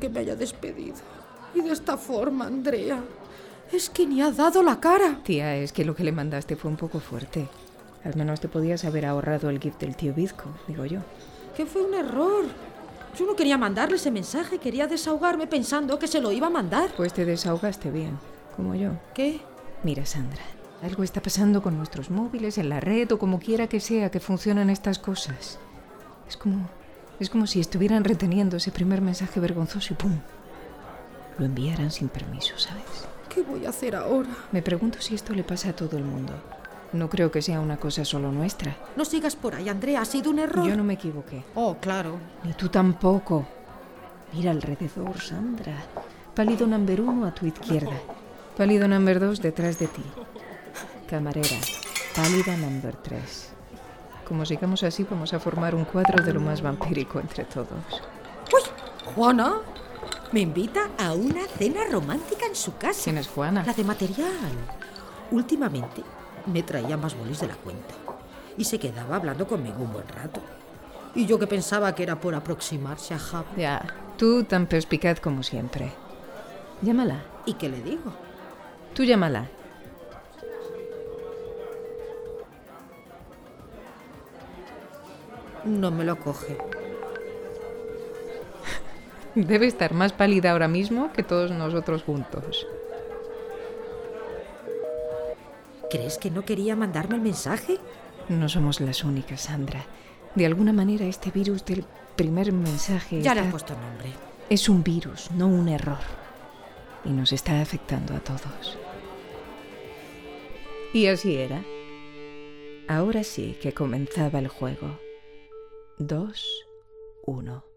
que me haya despedido. Y de esta forma, Andrea. Es que ni ha dado la cara. Tía, es que lo que le mandaste fue un poco fuerte. Al menos te podías haber ahorrado el gift del tío Bizco, digo yo. Que fue un error. Yo no quería mandarle ese mensaje, quería desahogarme pensando que se lo iba a mandar. Pues te desahogaste bien, como yo. ¿Qué? Mira, Sandra, algo está pasando con nuestros móviles, en la red o como quiera que sea que funcionan estas cosas. Es como, es como si estuvieran reteniendo ese primer mensaje vergonzoso y ¡pum! Lo enviaran sin permiso, ¿sabes? ¿Qué voy a hacer ahora? Me pregunto si esto le pasa a todo el mundo. No creo que sea una cosa solo nuestra. No sigas por ahí, Andrea, ha sido un error. Yo no me equivoqué. Oh, claro. Ni tú tampoco. Mira alrededor, Sandra. Pálido number uno a tu izquierda. Pálido number dos detrás de ti. Camarera, pálida number tres. Como sigamos así, vamos a formar un cuadro de lo más vampírico entre todos. ¡Uy! Juana, Me invita a una cena romántica en su casa. ¿Quién es Juana? La de material. Últimamente me traía más bolis de la cuenta y se quedaba hablando conmigo un buen rato. y yo que pensaba que era por aproximarse a Javi. Ya, tú tan perspicaz como siempre. Llámala. ¿Y qué le digo? Tú llámala. No me lo coge. Debe estar más pálida ahora mismo que todos nosotros juntos. ¿Crees que no quería mandarme el mensaje? No somos las únicas, Sandra. De alguna manera este virus del primer mensaje Ya le está- han puesto nombre. es un virus, no un error. Y nos está afectando a todos. Y así era. Ahora sí que comenzaba el juego. Dos, uno.